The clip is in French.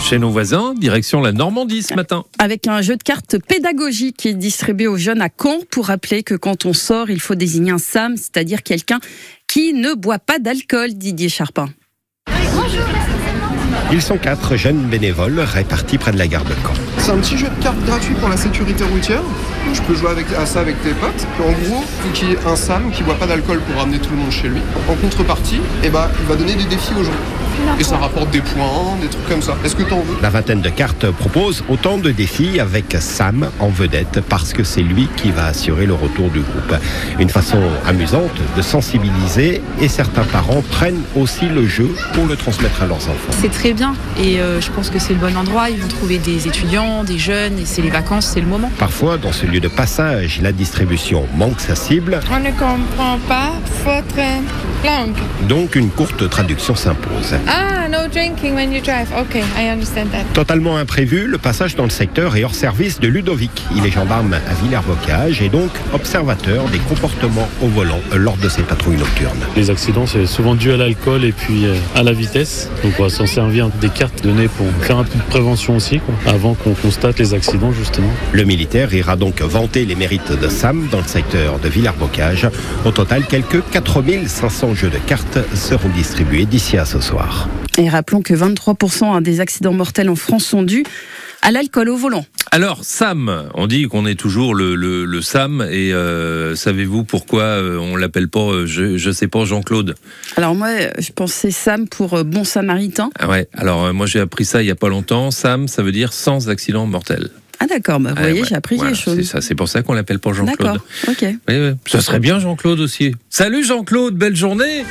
Chez nos voisins, direction la Normandie ce matin. avec un jeu de cartes pédagogique qui est distribué aux jeunes à Caen pour rappeler que quand on sort, il faut désigner un Sam, c'est-à-dire quelqu'un qui ne boit pas d'alcool, Didier Charpin. Ils sont quatre jeunes bénévoles répartis près de la gare de Caen. C'est un petit jeu de cartes gratuit pour la sécurité routière. Je peux jouer avec, à ça avec tes potes. En gros, faut qu'il y ait un Sam qui boit pas d'alcool pour ramener tout le monde chez lui. En contrepartie, eh ben, il va donner des défis aux gens. Et ça rapporte des points, des trucs comme ça. Est-ce que t'en veux La vingtaine de cartes propose autant de défis avec Sam en vedette parce que c'est lui qui va assurer le retour du groupe. Une façon amusante de sensibiliser et certains parents prennent aussi le jeu pour le transmettre à leurs enfants. C'est très bien et euh, je pense que c'est le bon endroit. Ils vont trouver des étudiants, des jeunes et c'est les vacances, c'est le moment. Parfois, dans ce lieu de passage, la distribution manque sa cible, On ne comprend pas votre langue. donc une courte traduction s'impose. Ah, no drinking when you drive. Okay, I understand that. Totalement imprévu, le passage dans le secteur est hors service de Ludovic. Il est gendarme à Villers-Bocage et donc observateur des comportements au volant euh, lors de ses patrouilles nocturnes. Les accidents, c'est souvent dû à l'alcool et puis euh, à la vitesse. Donc on va s'en servir des cartes données pour faire un peu de prévention aussi, quoi, avant qu'on constate les accidents justement. Le militaire ira donc vanter les mérites de Sam dans le secteur de Villers-Bocage. Au total, quelques 4500 jeux de cartes seront distribués d'ici à ce soir. Et rappelons que 23% des accidents mortels en France sont dus à l'alcool au volant. Alors, Sam, on dit qu'on est toujours le, le- le Sam, et euh, savez-vous pourquoi euh, on l'appelle pas, euh, je, je sais pas, Jean-Claude Alors moi, euh, je pensais Sam pour euh, bon samaritain. Ah ouais, alors euh, moi j'ai appris ça il y a pas longtemps. Sam, ça veut dire sans accident mortel. Ah d'accord, bah, vous Ah voyez, ouais, j'ai appris voilà, quelque chose. C'est ça, c'est pour ça qu'on l'appelle pas Jean-Claude. D'accord, ok. Oui, oui. Ça serait bien Jean-Claude aussi. Salut Jean-Claude, belle journée